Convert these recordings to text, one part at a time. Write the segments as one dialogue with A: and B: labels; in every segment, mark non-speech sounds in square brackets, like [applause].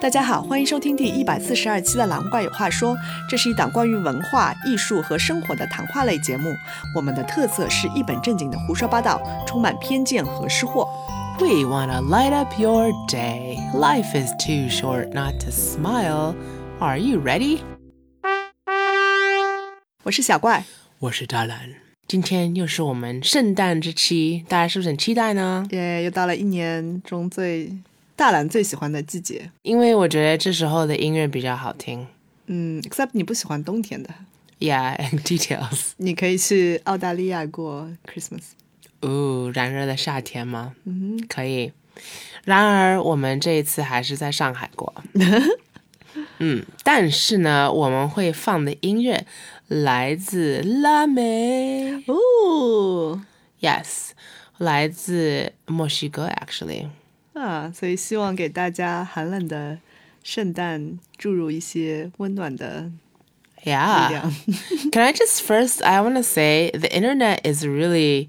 A: 大家好，欢迎收听第一百四十二期的《蓝怪有话说》，这是一档关于文化艺术和生活的谈话类节目。我们的特色是一本正经的胡说八道，充满偏见和失货。
B: We want to light up your day. Life is too short not to smile. Are you ready?
A: 我是小怪，
B: 我是大蓝。今天又是我们圣诞之期，大家是不是很期待呢？
A: 耶，呃又到了一年中最大蓝最喜欢的季节。
B: 因为我觉得这时候的音乐比较好听。
A: 嗯，except 你不喜欢冬天的，
B: Yeah, and [laughs] details.
A: 你可以去澳大利亚过 Christmas。
B: 哦，燃热的夏天吗？
A: 嗯哼，
B: 可以。然而，我们这一次还是在上海过。嗯，但是呢，我们会放的音乐来自拉美。
A: 哦
B: Yes，来自墨西哥，actually。
A: 啊，所以希望给大家寒冷的圣诞注入一些温暖的力
B: Yeah.
A: 量。
B: [laughs] Can I just first, I want to say the internet is really.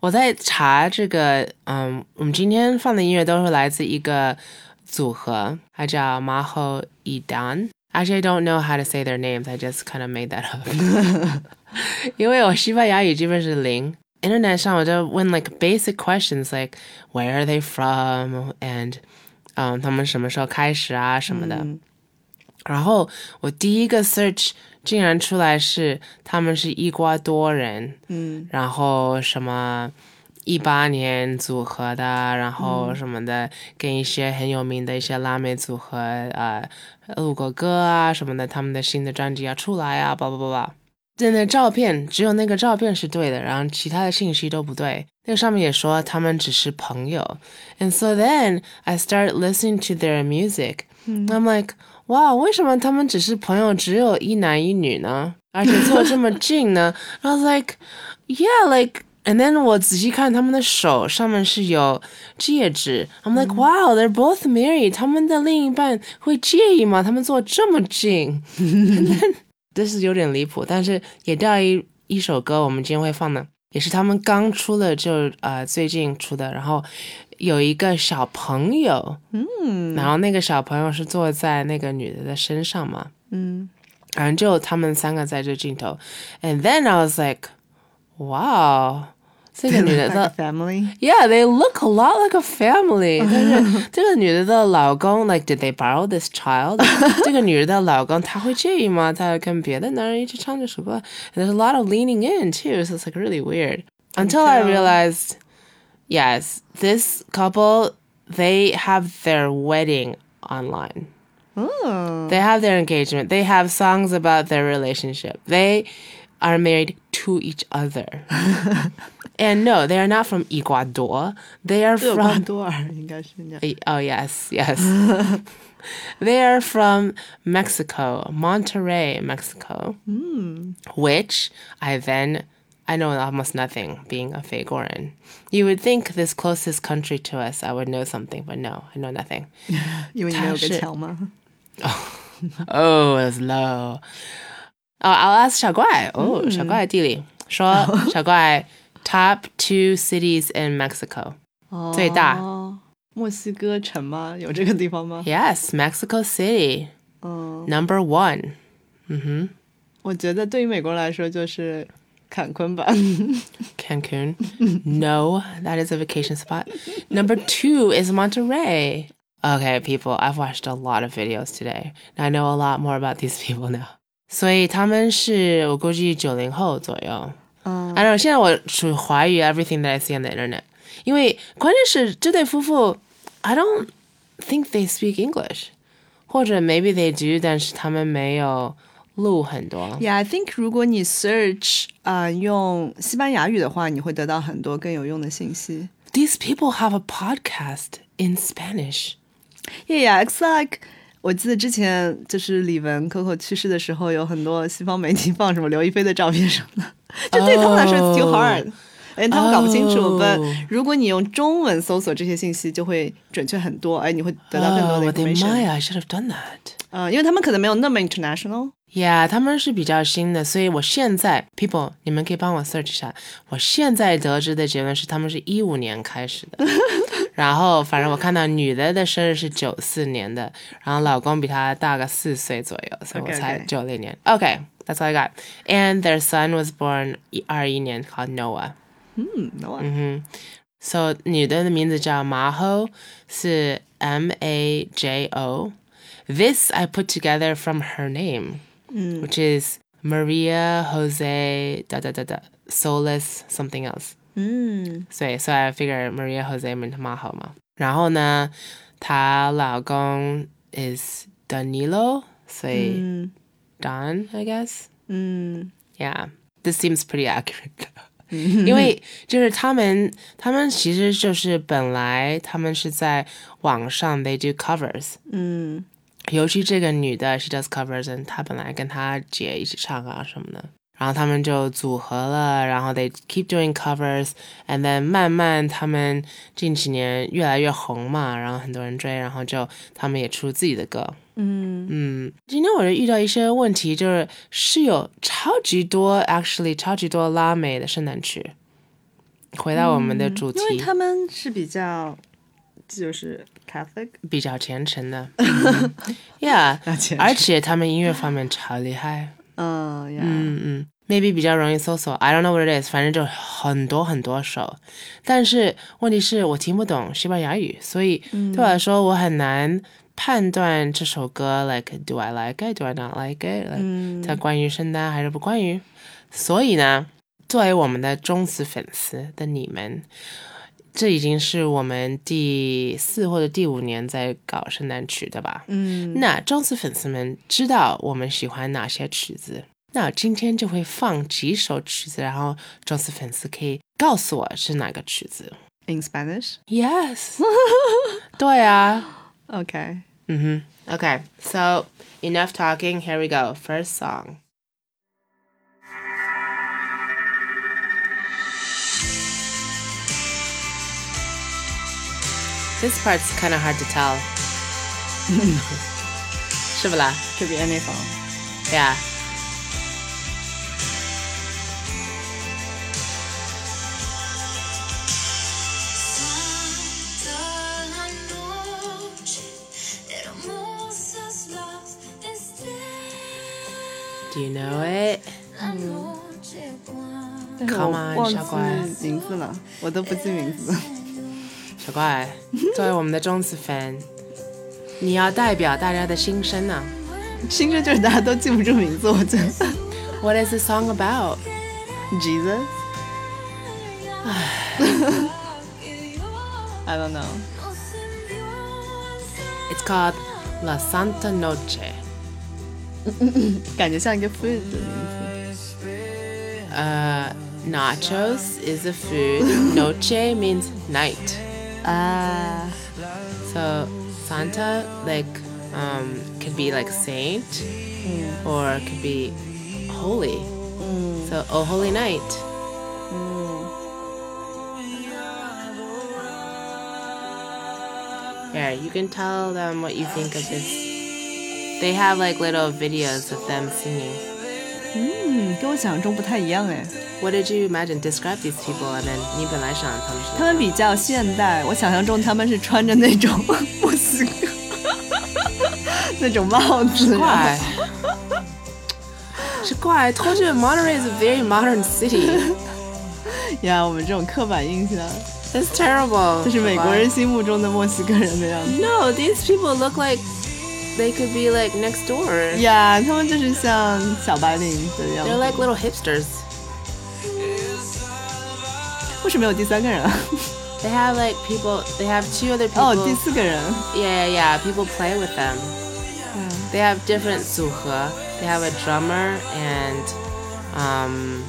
B: 我在查这个，嗯，我们今天放的音乐都是来自一个组合，它叫 Maho Idan。Actually, I don't know how to say their names. I just kind of made that up. [laughs] 因为我西班牙语基本是零。Internet 上我就问 like basic questions like where are they from and 嗯、他们什么时候开始啊什么的。然后我第一个 search 竟然出来是他们是伊瓜多人，
A: 嗯，
B: 然后什么一八年组合的，然后什么的，跟一些很有名的一些拉美组合，呃，录过歌啊什么的，他们的新的专辑要出来啊，叭叭叭叭。真的照片只有那个照片是对的，然后其他的信息都不对。那个上面也说他们只是朋友，and so then I start listening to their music，I'm like, wow, 为什么他们只是朋友，只有一男一女呢？而且坐这么近呢？I was like, yeah, like. And then 我仔细看他们的手上面是有戒指，I'm like, wow, they're both married. 他们的另一半会介意吗？他们坐这么近，这是有点离谱，但是也带来一一首歌，我们今天会放的，也是他们刚出的，就呃最近出的，然后有一个小朋友，嗯，然后那个小朋友是坐在那个女的的身上嘛，
A: 嗯，
B: 然后就他们三个在这镜头，and then I was like, wow，这个女的
A: Like a
B: 的
A: family，
B: Yeah, they look a lot like a family. 但是这个女的的老公，like did they borrow this child？这个女的的老公他会介意吗？他跟别的男人一起唱这首歌？There's a lot of leaning in too, so it's like really weird. Until I
A: Until-
B: realized, yes, this couple they have their wedding online.
A: 嗯
B: They have their engagement. They have songs about their relationship. They are married to each other. and no, they are not from Ecuador. They are
A: 厄瓜
B: from.
A: 多尔应该是那样。
B: Oh, yes, yes. they are from Mexico, Monterrey, Mexico. Which I then. I know almost nothing being a Fagoran. You would think this closest country to us, I would know something, but no, I know nothing.
A: 因为你没有个
B: 是
A: 桥吗？
B: Oh, it's low. Oh, I'll ask 小怪. Oh, 小怪地理说小怪 top two cities in Mexico.
A: [laughs] 哦
B: 最大
A: 墨西哥城吗？有这个地方吗？
B: Yes, Mexico City
A: 嗯，
B: number one.
A: 我觉得对于美国人来说就是坎昆吧。
B: Cancun. no, that is a vacation spot. Number two is Monterey. Okay, people, I've watched a lot of videos today. And I know a lot more about these [laughs] people now. 所以他们是我估计九零后左右。
A: 嗯
B: I don't know，现在我属怀疑 everything that I see on the internet，因为关键是这对夫妇，I don't think they speak English，或者 maybe they do，但是他们没有录很多。
A: [laughs] ，Yeah，I think 如果你 search 啊、用西班牙语的话，你会得到很多更有用的信息。
B: These people have a podcast in Spanish。
A: Yeah, yeah, it's like 我记得之前就是李玟 Coco 去世的时候，有很多西方媒体放什么刘亦菲的照片什么的，就对他们来说 it's too
B: Oh.
A: hard，哎，他们搞不清楚。
B: Oh.
A: But 如果你用中文搜索这些信息，就会准确很多，哎，你会得到更多
B: Oh,
A: 的
B: 我的妈
A: information。
B: 呀！I should have done that。
A: 嗯、因为他们可能没有那么 international。
B: Yeah，他们是比较新的，所以我现在 people，
A: [laughs]
B: 你们可以帮我 search 一下。我现在得知的结论是，他们是一五年开始的，然后反正我看到女的的生日是九四年的，然后老公比她大个四岁左右，所以我
A: Okay,
B: 猜
A: okay.
B: 九零年。Okay, that's all I got. And their son was born 二一年 called Noah.
A: 嗯，no 啊，
B: 嗯哼，So 女的的名字叫麻后，是 M A J O。This I put together from her name,
A: 嗯
B: which is Maria Jose da da da da Solis something else.
A: 嗯
B: 所以所以 I figure Maria Jose 名他妈好嘛。然后呢，她老公 is Danilo，所以
A: 嗯
B: Don I guess。
A: 嗯
B: Yeah, this seems pretty accurate. [laughs] 因为就是他们，他们其实就是本来他们是在网上 they do covers，
A: 嗯
B: 尤其这个女的 she does covers，她本来跟她姐一起唱啊什么的，然后他们就组合了，然后 they keep doing covers，and then 慢慢他们近几年越来越红嘛，然后很多人追，然后就他们也出自己的歌，
A: 嗯
B: 嗯，今天我就遇到一些问题，就是是有超级多，actually 超级多拉美的圣诞曲。回到我们的主题，
A: 嗯因为他们是比较就是 Catholic，
B: 比较虔
A: [laughs]
B: 诚的嗯，Yeah，
A: 而且
B: 而且他们音乐方面超厉害，
A: 嗯呀，
B: 嗯嗯，maybe 比较容易搜索，I don't know what it is，反正就很多很多首，但是问题是我听不懂西班牙语，所以对我来说我很难判断这首歌，like do I like it，do I not like it，like、
A: 嗯
B: 它关于圣诞还是不关于？所以呢，作为我们的忠实粉丝的你们，这已经是我们第四或者第五年在搞圣诞曲，对吧？
A: 嗯
B: 那忠实粉丝们知道我们喜欢哪些曲子，那今天就会放几首曲子，然后忠实粉丝可以告诉我是哪个曲子。
A: ，in Spanish。 [laughs]
B: Yes，对啊，
A: Okay.
B: 嗯哼，OK，so、enough talking，here we go，first song。This part's kind of hard to tell，是不啦？
A: Could be any phone.
B: Yeah.
C: Santa la noche, hermosas las estrellas.
B: Do you know it?
C: La noche cuando
A: 但是
B: Come
A: 我
B: on，
A: 忘
B: 小乖
A: 记名字了，我都不记名字。
B: 小怪，作为我们的忠实粉，你要代表大家的心声呢、
A: 新生就是大家都记不住名字，我觉得。
B: What is the song about?
A: Jesus,
C: que Dios
A: I don't know.
C: nos envió al ser
B: It's called La Santa Noche.
A: 感觉像一个 food 的名
B: Uh, nachos is a food. Noche means night.
A: 字啊。
B: So Santa, like, um, could be like saint, or it could be holy. So Oh Holy Night. Yeah, you can tell them what you think of this. They have like little videos of them singing.
A: 嗯，跟我想象中不太一样哎。
B: What did you imagine? Describe these people, and then 你本来想他们是
A: 他们比较现代，我想象中他们是穿着那种 [laughs] 墨西哥那种帽子。啊
B: 怪。是怪，I told you Monterey is a very modern city.
A: 呀，我们这种刻板印象，
B: That's terrible.
A: 这是美国人心目中的墨西哥人的样子。
B: No, these people look like they could be like next door.
A: 呀，他们就是像小白领的样
B: They're
A: 子。
B: like little hipsters.
A: 为什么有第三个人啊？ [laughs]
B: They have like people. They have two other people.
A: 哦，第四个人。
B: Yeah, yeah, yeah. People play with them. They have different 组合. They have a drummer and um,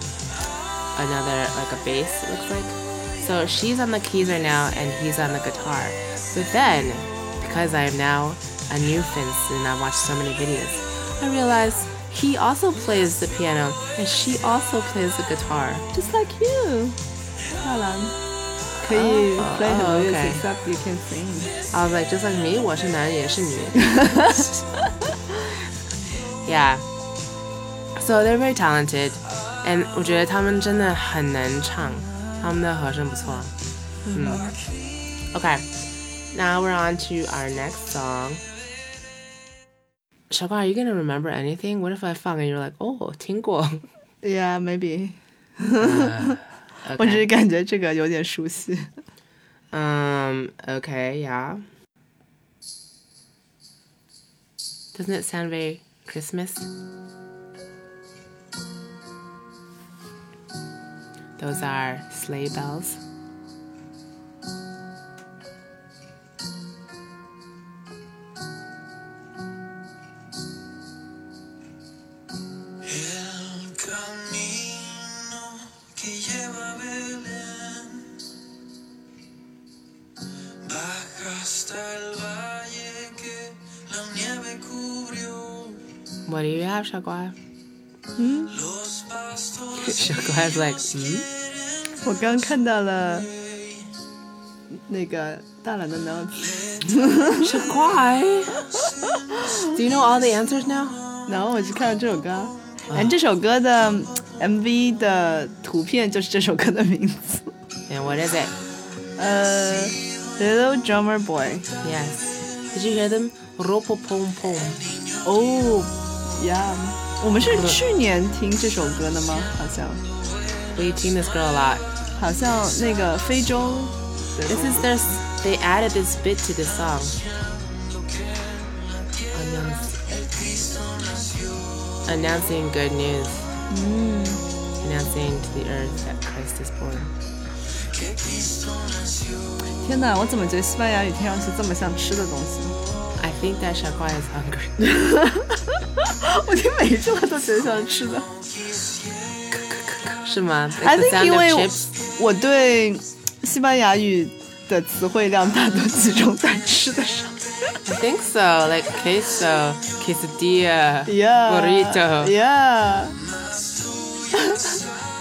B: another like a bass. It looks like. So she's on the keys right now, and he's on the guitar. But then, because I am now a new fence and I watch so many videos, I realize he also plays the piano and she also plays the guitar.
A: Just like you，纳兰啊可以 play 很多乐器
B: okay
A: ，except you can sing。
B: I was like, just like me, 我是男人也是女人。yeah. So they're very talented, and 我觉得他们真的很能唱，他们的和声不错。嗯。 Okay, now we're on to our next song. Shaba, are you gonna remember anything? What if I found and you're like, oh, 听过?
A: Yeah, maybe.
B: Okay.
A: 我只是感觉这个有点熟悉。
B: Um, okay, yeah. Doesn't it sound very Christmas? Those are sleigh bells.
D: El camino que lleva a Belén baja hasta el valle que la nieve cubrió.
B: What do you have, Shagwa? [laughs]
D: Los pastores
B: Shagwa's like, hmm?
A: 我刚看到了那个大懒的 notes，
B: Shagwa? do you know all the answers now?
A: 然后我就看到这首歌，哎，这首歌的 MV 的图片就是这首歌的名字，
B: And what is it?
A: 呃，Little Drummer Boy，
B: Yes. Did you hear them? Ropo pom pom.
A: 哦，Yeah，我们是去年听这首歌的吗？好像，
B: We've seen this girl a lot.
A: 好像那个非洲
B: This is their. They added this bit to the song. Announce- Announcing good news.
A: Mm.
B: Announcing to the earth that Christ is born.
A: 天哪，我怎么觉得西班牙语听上去这么像吃的东西？ [laughs]
B: I think that Shakwa is hungry. [laughs]
A: 我听每一句话都觉得像吃的。
B: 是吗？
A: I
B: It's the
A: think
B: sound
A: 因
B: of
A: 为
B: chips.
A: 我对西班牙语的词汇量大多集中在吃的上。
B: [laughs] I think so. Like queso, quesadilla, burrito.
A: Yeah，Yeah，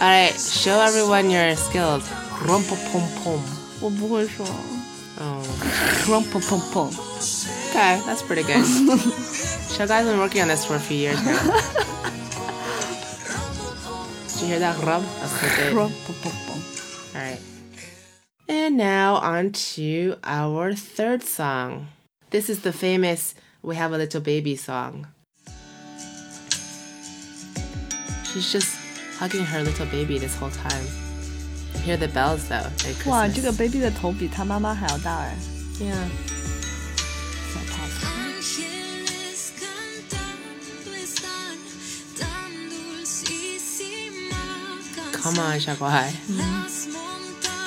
B: All right, show everyone your skills. Rumpa pom pom.
A: 我不会说。
B: Oh,
A: Rumpa pom pom。
B: okay, that's pretty good. Shagai's been working on this for a few years now. Did you hear that rub? That's so good.
A: Rumpa pom pom。
B: All right. And now on to our third song. This is the famous We Have a Little Baby song. She's just hugging her little baby this whole time. You hear the bells though. at
A: 哇，
B: Christmas.
A: 这个 baby 的头比他妈妈还要大哎。
B: Yeah.
A: 小胖子。
C: Ángeles cantando están tan dulcísima
B: Come on,
C: canción.
B: Shaguai.
C: Las montañas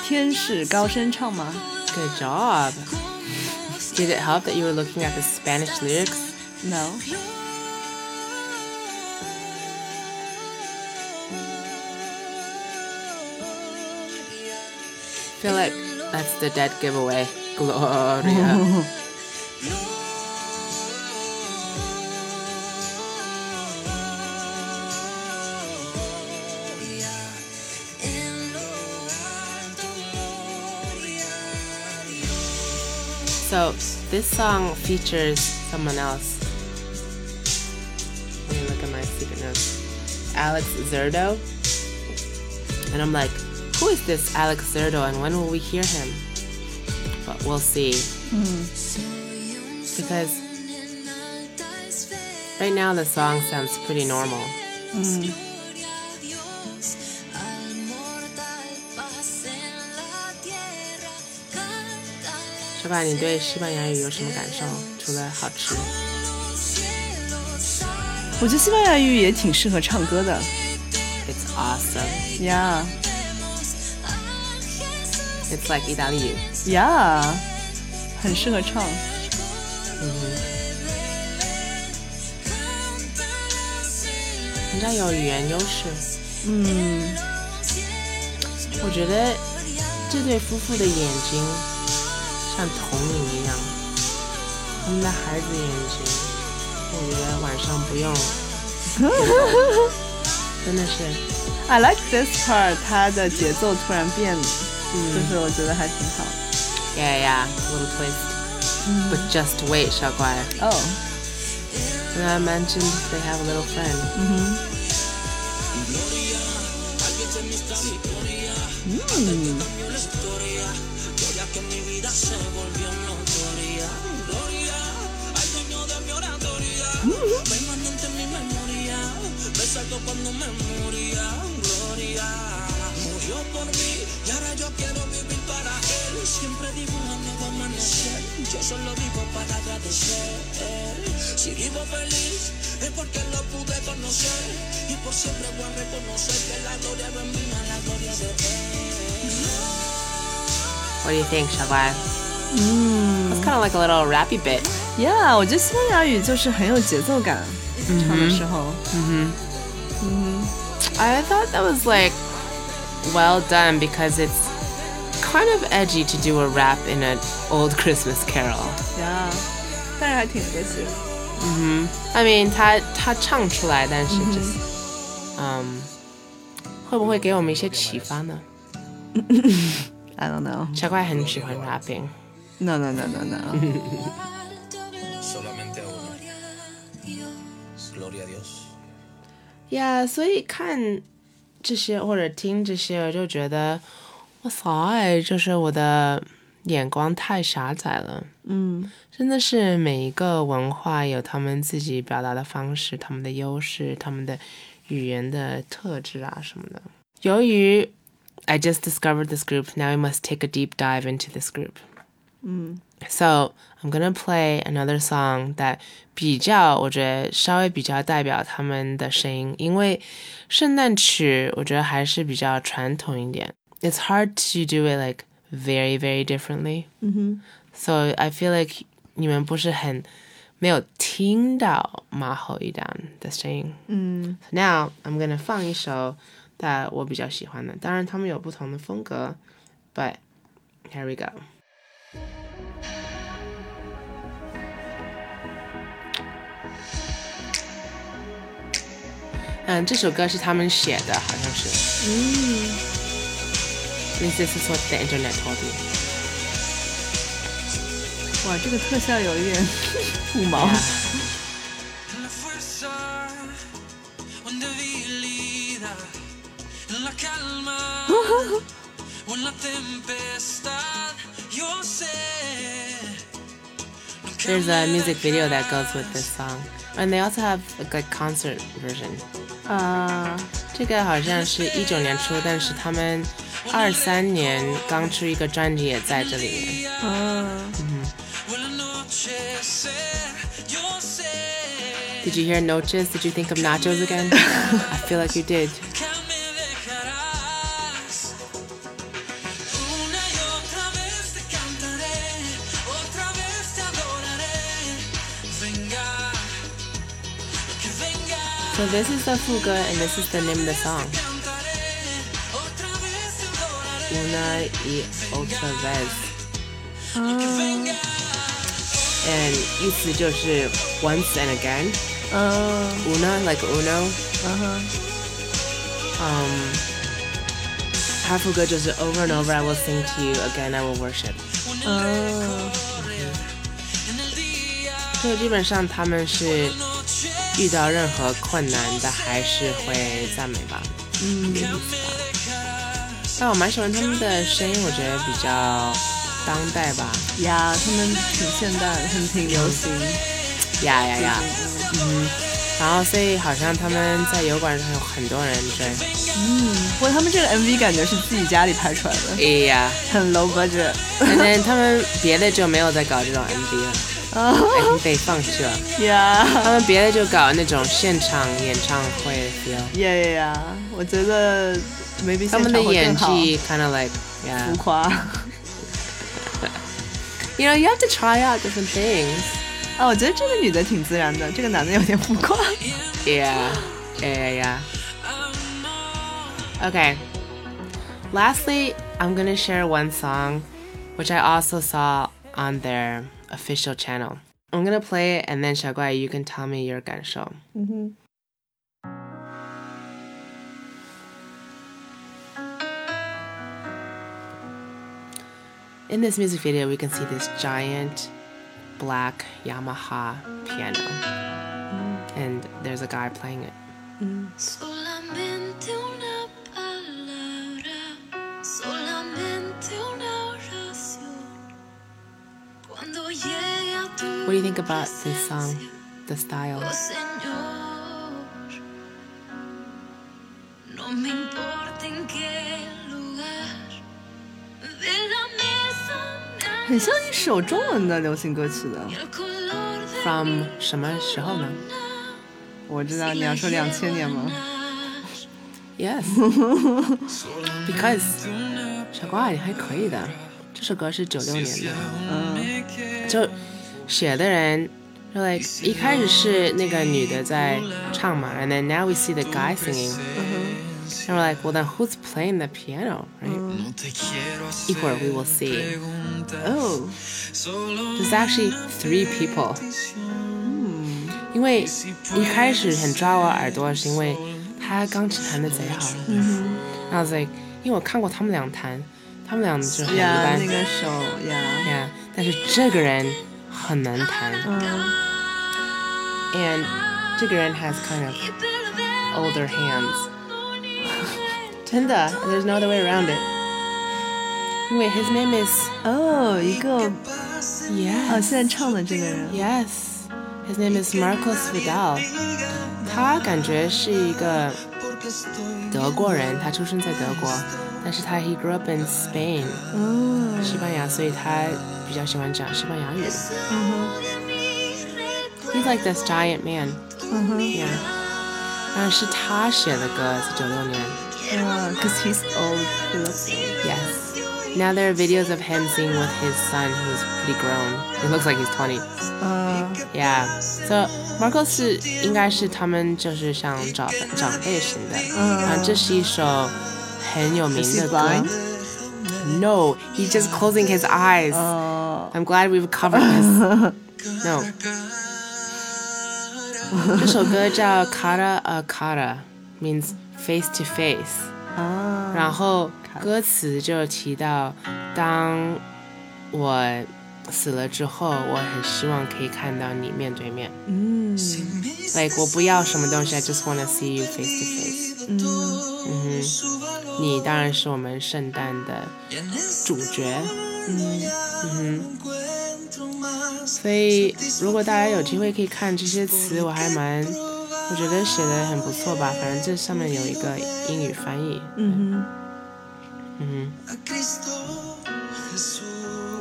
A: 天使高声唱吗？
B: Good job.
C: como
B: Did it help that you were looking at the Spanish lyrics?
A: No，
C: flor.
B: I feel like that's the dead giveaway. Gloria.
C: En lo alto, gloria a Dios.
B: so this song features someone else. Let me look at my secret notes. Alex Zerdo. And I'm like, who is this Alex Zerdo and when will we hear him? But we'll see.
C: Soy un
B: Because
C: sol en alta esfera.
B: right now the song sounds pretty normal.
C: Gloria a Dios, al mortal paz en la tierra. Cántala
B: 是吧？你对西班牙语有什么感受？除了好吃，
C: en los cielos, al
A: 我觉得西班牙语也挺适合唱歌的。
B: it's awesome.
A: Yeah，
C: vemos a Jesús
B: It's like 意大利语。
A: Yeah，很适合唱。 [laughs]
C: bebé. Cántala sin
B: 人家有语言优势。
C: los cielos,
B: 我觉得
C: gloria a
B: 这对夫妇的眼睛像童影一样，他们的孩子眼睛，我觉得晚上不用，真的是
A: I like this part，它的节奏突然变，就是我觉得还挺好。
B: ，yeah yeah，little twist。But just wait，小乖。
A: 哦、
B: And I mentioned they have a little friend.
A: 嗯，
B: What do you think, Shabai? Mm. It's kind of like a little rappy bit.
A: Yeah，我觉得西班牙语就是很有节奏感，唱的时候。
B: I thought that was like well done because it's kind of edgy to do a rap in an old [laughs] Christmas carol.
A: Yeah，但是还挺和谐。
B: I mean, 他他唱出来，但是 just um 会不会给我们一些启发呢？
A: I don't know.
B: 小怪很喜欢 rapping。
A: No, no, no, no, [laughs] no.
D: Solamente a uno. Gloria a Dios.
B: Yeah，所以看这些或者听这些，我就觉得，哇塞，就是我的眼光太狭窄了。嗯，真的是每一个文化有他们自己表达的方式、他们的优势、他们的语言的特质啊什么的。由于 I just discovered this group, now we must take a deep dive into this group. So I'm gonna play another song that 比较，我觉得稍微比较代表他们的声音，因为圣诞曲我觉得还是比较传统一点。It's hard to do it like very very differently. 嗯哼。So I feel like 你们不是很没有听到马后一档的声音。嗯。So now I'm gonna 放一首但我比较喜欢的，当然他们有不同的风格，but here we go. This is what the internet told me.
A: 哇，这个特效有一点 [laughs] 五毛
D: En la fuerza o en debilidad, en la calma o en la tempestad, yo sé. nunca
B: There's a
D: me
B: music video that goes with
D: dejas.
B: this song, and they also have like a concert version.
A: 啊。
B: 这个好像是一九年出，但是他们二三年刚出一个专辑，也在这里面。
A: 嗯
D: O el anochecer, yo sé.
B: Did you hear Noches? Did you think of Nachos again? I feel like you did.
D: Nunca me dejarás. Una y otra vez te cantaré, otra vez te adoraré. Venga, que venga.
B: So this is the fuga, and this is the name of the song. Una y otra vez.
A: 嗯
B: and 意思就是 once and again。
A: 嗯
B: Una like uno，Um,
A: 嗯哼
B: 嗯，他副歌就是 over and over I will sing to you again I will worship。
A: 嗯
B: 所以基本上他们是遇到任何困难的还是会赞美吧。嗯。但我蛮喜欢他们的声音，我觉得比较当代吧。
A: 呀，他们挺现代的，他们挺流行。
B: 呀呀呀！嗯。然后，所以好像他们在油管上有很多人追。
A: 不过他们这个 MV 感觉是自己家里拍出来的，
B: 哎呀。
A: 很 low budget。
B: 反正他们别的就没有再搞这种 MV 了，
A: 啊
B: 已经被放
A: [laughs]
B: 弃了。
A: 呀
B: 他们别的就搞那种现场演唱会的 feel，
A: 呀呀呀！我觉得 maybe
B: 他们的
A: 现场会
B: 演
A: 更好
B: 技 kind of like
A: 浮
B: yeah，you
A: 夸。
B: know you have to try out different things，yeah
A: 啊，我觉得这个女的挺自然的，这个男的有点浮
B: [laughs]
A: 夸。
B: yeah yeah yeah. Okay. Lastly, I'm gonna share one song, which I also saw on their official channel. I'm gonna play it and then 小怪 you can tell me your 感受。
A: 嗯哼。
B: In this music video, we can see this giant black Yamaha piano. And there's a guy playing it.
C: Solamente una palabra, solamente una oración, Cuando llegue a tu
B: What do you think about this song, the style?
C: Oh, Señor, no me importa en qué lugar de la mesa me
A: 很像一首中文的流行歌曲的。
C: el color de
B: From 什么时候呢
A: 我知道你要说两千年吗？
B: ？Yes, because 傻瓜也还可以的。这首歌是九六年的。
A: 嗯
B: 就写的人就 like 一开始是那个女的在唱嘛，and then now we see the guy singing，and we're like，well then who's playing the piano，right？一会儿 we will see。
A: 哦，
B: There's actually three people。因 Hmm. 为一开始很抓我耳朵，是因为他钢琴弹的贼好。然后 like，因为我看过他们俩弹，他们俩就是很一
A: 呀，
B: 般
A: 那。个手呀，
B: Yeah，但是这个人很难弹。And 这个人 has kind of older hands。真的，there's no other way around it。因为 his name is
A: 哦，一个
B: yes
A: 哦，现在唱的这个人，
B: yes his name is Marcos Vidal。他感觉是一个德国人，他出生在德国，但是他 he grew up in Spain，
A: 哦，
B: 西班牙，所以他比较喜欢讲西班牙语。He's like this giant man.
A: 嗯哼，
B: Yeah. 但是他写的歌是九六年。
A: 啊，cause he's old, he looks old.
B: Yes. Now there are videos of him singing with his son, who's pretty grown. He looks like he's 20.
A: 啊，
B: Yeah. So Marco 是应该是他们就是像长长辈型的。嗯。啊，这是一首很有名
A: Uh. Is he
B: 的歌。
A: blind?
B: No, he's just closing his eyes.
A: Uh. 哦，
B: I'm glad we've covered
A: [laughs]
B: this. No. 这首歌叫 Cara a Cara, means face to face.
A: 啊，
B: 然后歌词就提到，当我死了之后，我很希望可以看到你面对面。嗯，like 我不要什么东西，I just wanna see you face to face。嗯哼，你当然是我们圣诞的主角。嗯所以如果大家有机会可以看这些词，我还蛮，我觉得写的很不错吧。反正这上面有一个英语翻译，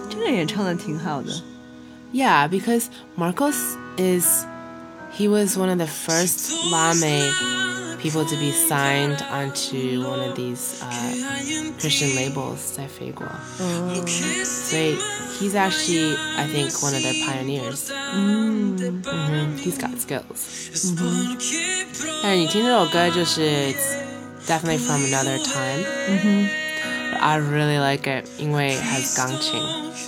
A: 这个也唱的挺好的，
B: Yeah, because Marcos is he was one of the first Lame people to be signed onto one of these uh, Christian labels that Fagor. So he's actually I think one of their pioneers.
D: Mm-hmm.
B: hmm He's got skills. And you it's definitely from another time. But I really like it. 因为 it has 钢琴。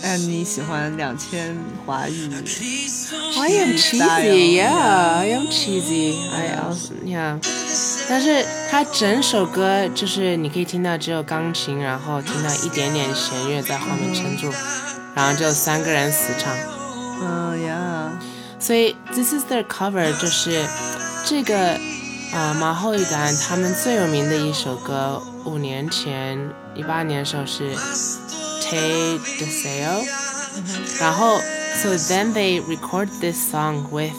A: 哎，你喜欢两千华语？
D: 哎
B: I am cheesy,
A: style.
B: yeah, I am cheesy. I also, yeah. 但是它整首歌就是你可以听到只有钢琴，然后听到一点点弦乐在后面撑住，然后就三个人死唱。
A: 嗯呀，
B: 所以 This is their cover，就是这个啊、呃马后一丹他们最有名的一首歌，五年前一八年的时候是 Te Deseo，然后 So then they record this song with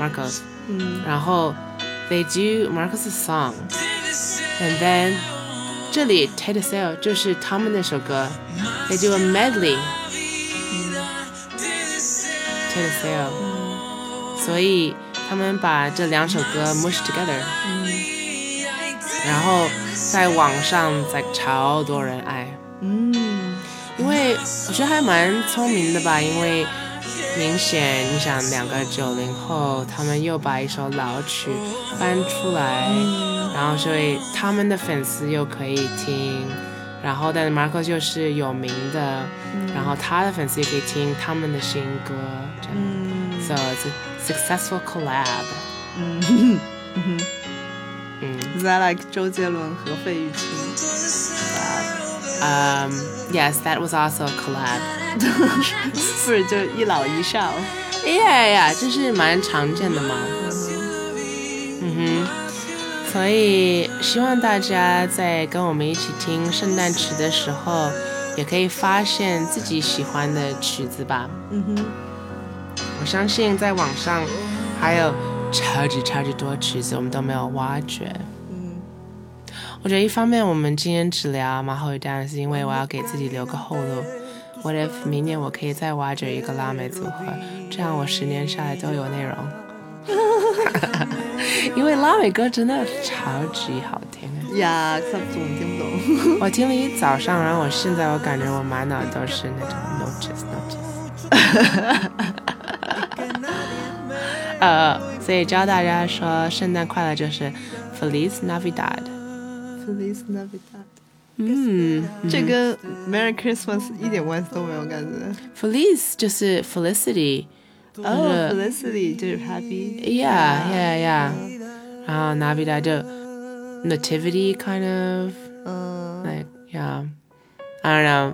B: Marcos，然后 they do Marcos' song，and then 这里 Te Deseo 就是他们那首歌，they do a medley。Te Deseo。所以他们把这两首歌 mush together，、然后在网上在超多人爱，嗯，因为我觉得还蛮聪明的吧，因为明显你想两个九零后，他们又把一首老曲搬出来，然后所以他们的粉丝又可以听。然后，但是 Marco 就是有名的，然后他的粉丝也可以听他们的新歌，这样。So it's a successful collab. 嗯
A: ，Is that like 周杰伦和费玉清？
B: Um, yes, that was also a collab.
A: 不是，就一老一少。
B: Yeah, yeah，这是蛮常见的嘛。嗯哼，所以希望大家在跟我们一起听圣诞曲的时候，也可以发现自己喜欢的曲子吧。
A: 嗯哼，
B: 我相信在网上还有超级超级多曲子我们都没有挖掘。
A: 嗯，
B: 我觉得一方面我们今天只聊马后一单，是因为我要给自己留个后路。What if 明年我可以再挖掘一个拉美组合，这样我十年下来都有内容。 [laughs] 因为拉美歌真的超级好听，
A: 呀，看不懂听不 [laughs] 懂。
B: 我听了一早上，然后我现在我感觉我满脑都是那种 notes notes。呃，所以教大家说圣诞快乐就是 Feliz Navidad。
A: Feliz Navidad，
B: 嗯，
A: 这跟 Merry Christmas 一点关系都没有感觉。
B: Feliz 就是 Felicity，
A: 哦，Felicity 就是 Happy。
B: Yeah, yeah, 啊 yeah. 然后 Navidad 就 Nativity kind of
A: 嗯
B: like yeah. I don't know.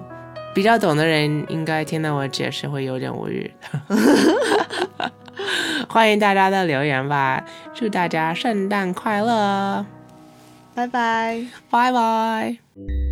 B: 比较懂的人应该听到我解释会有点无语。 [laughs] 欢迎大家的留言吧，祝大家圣诞快乐，
A: 拜拜。
B: 拜拜。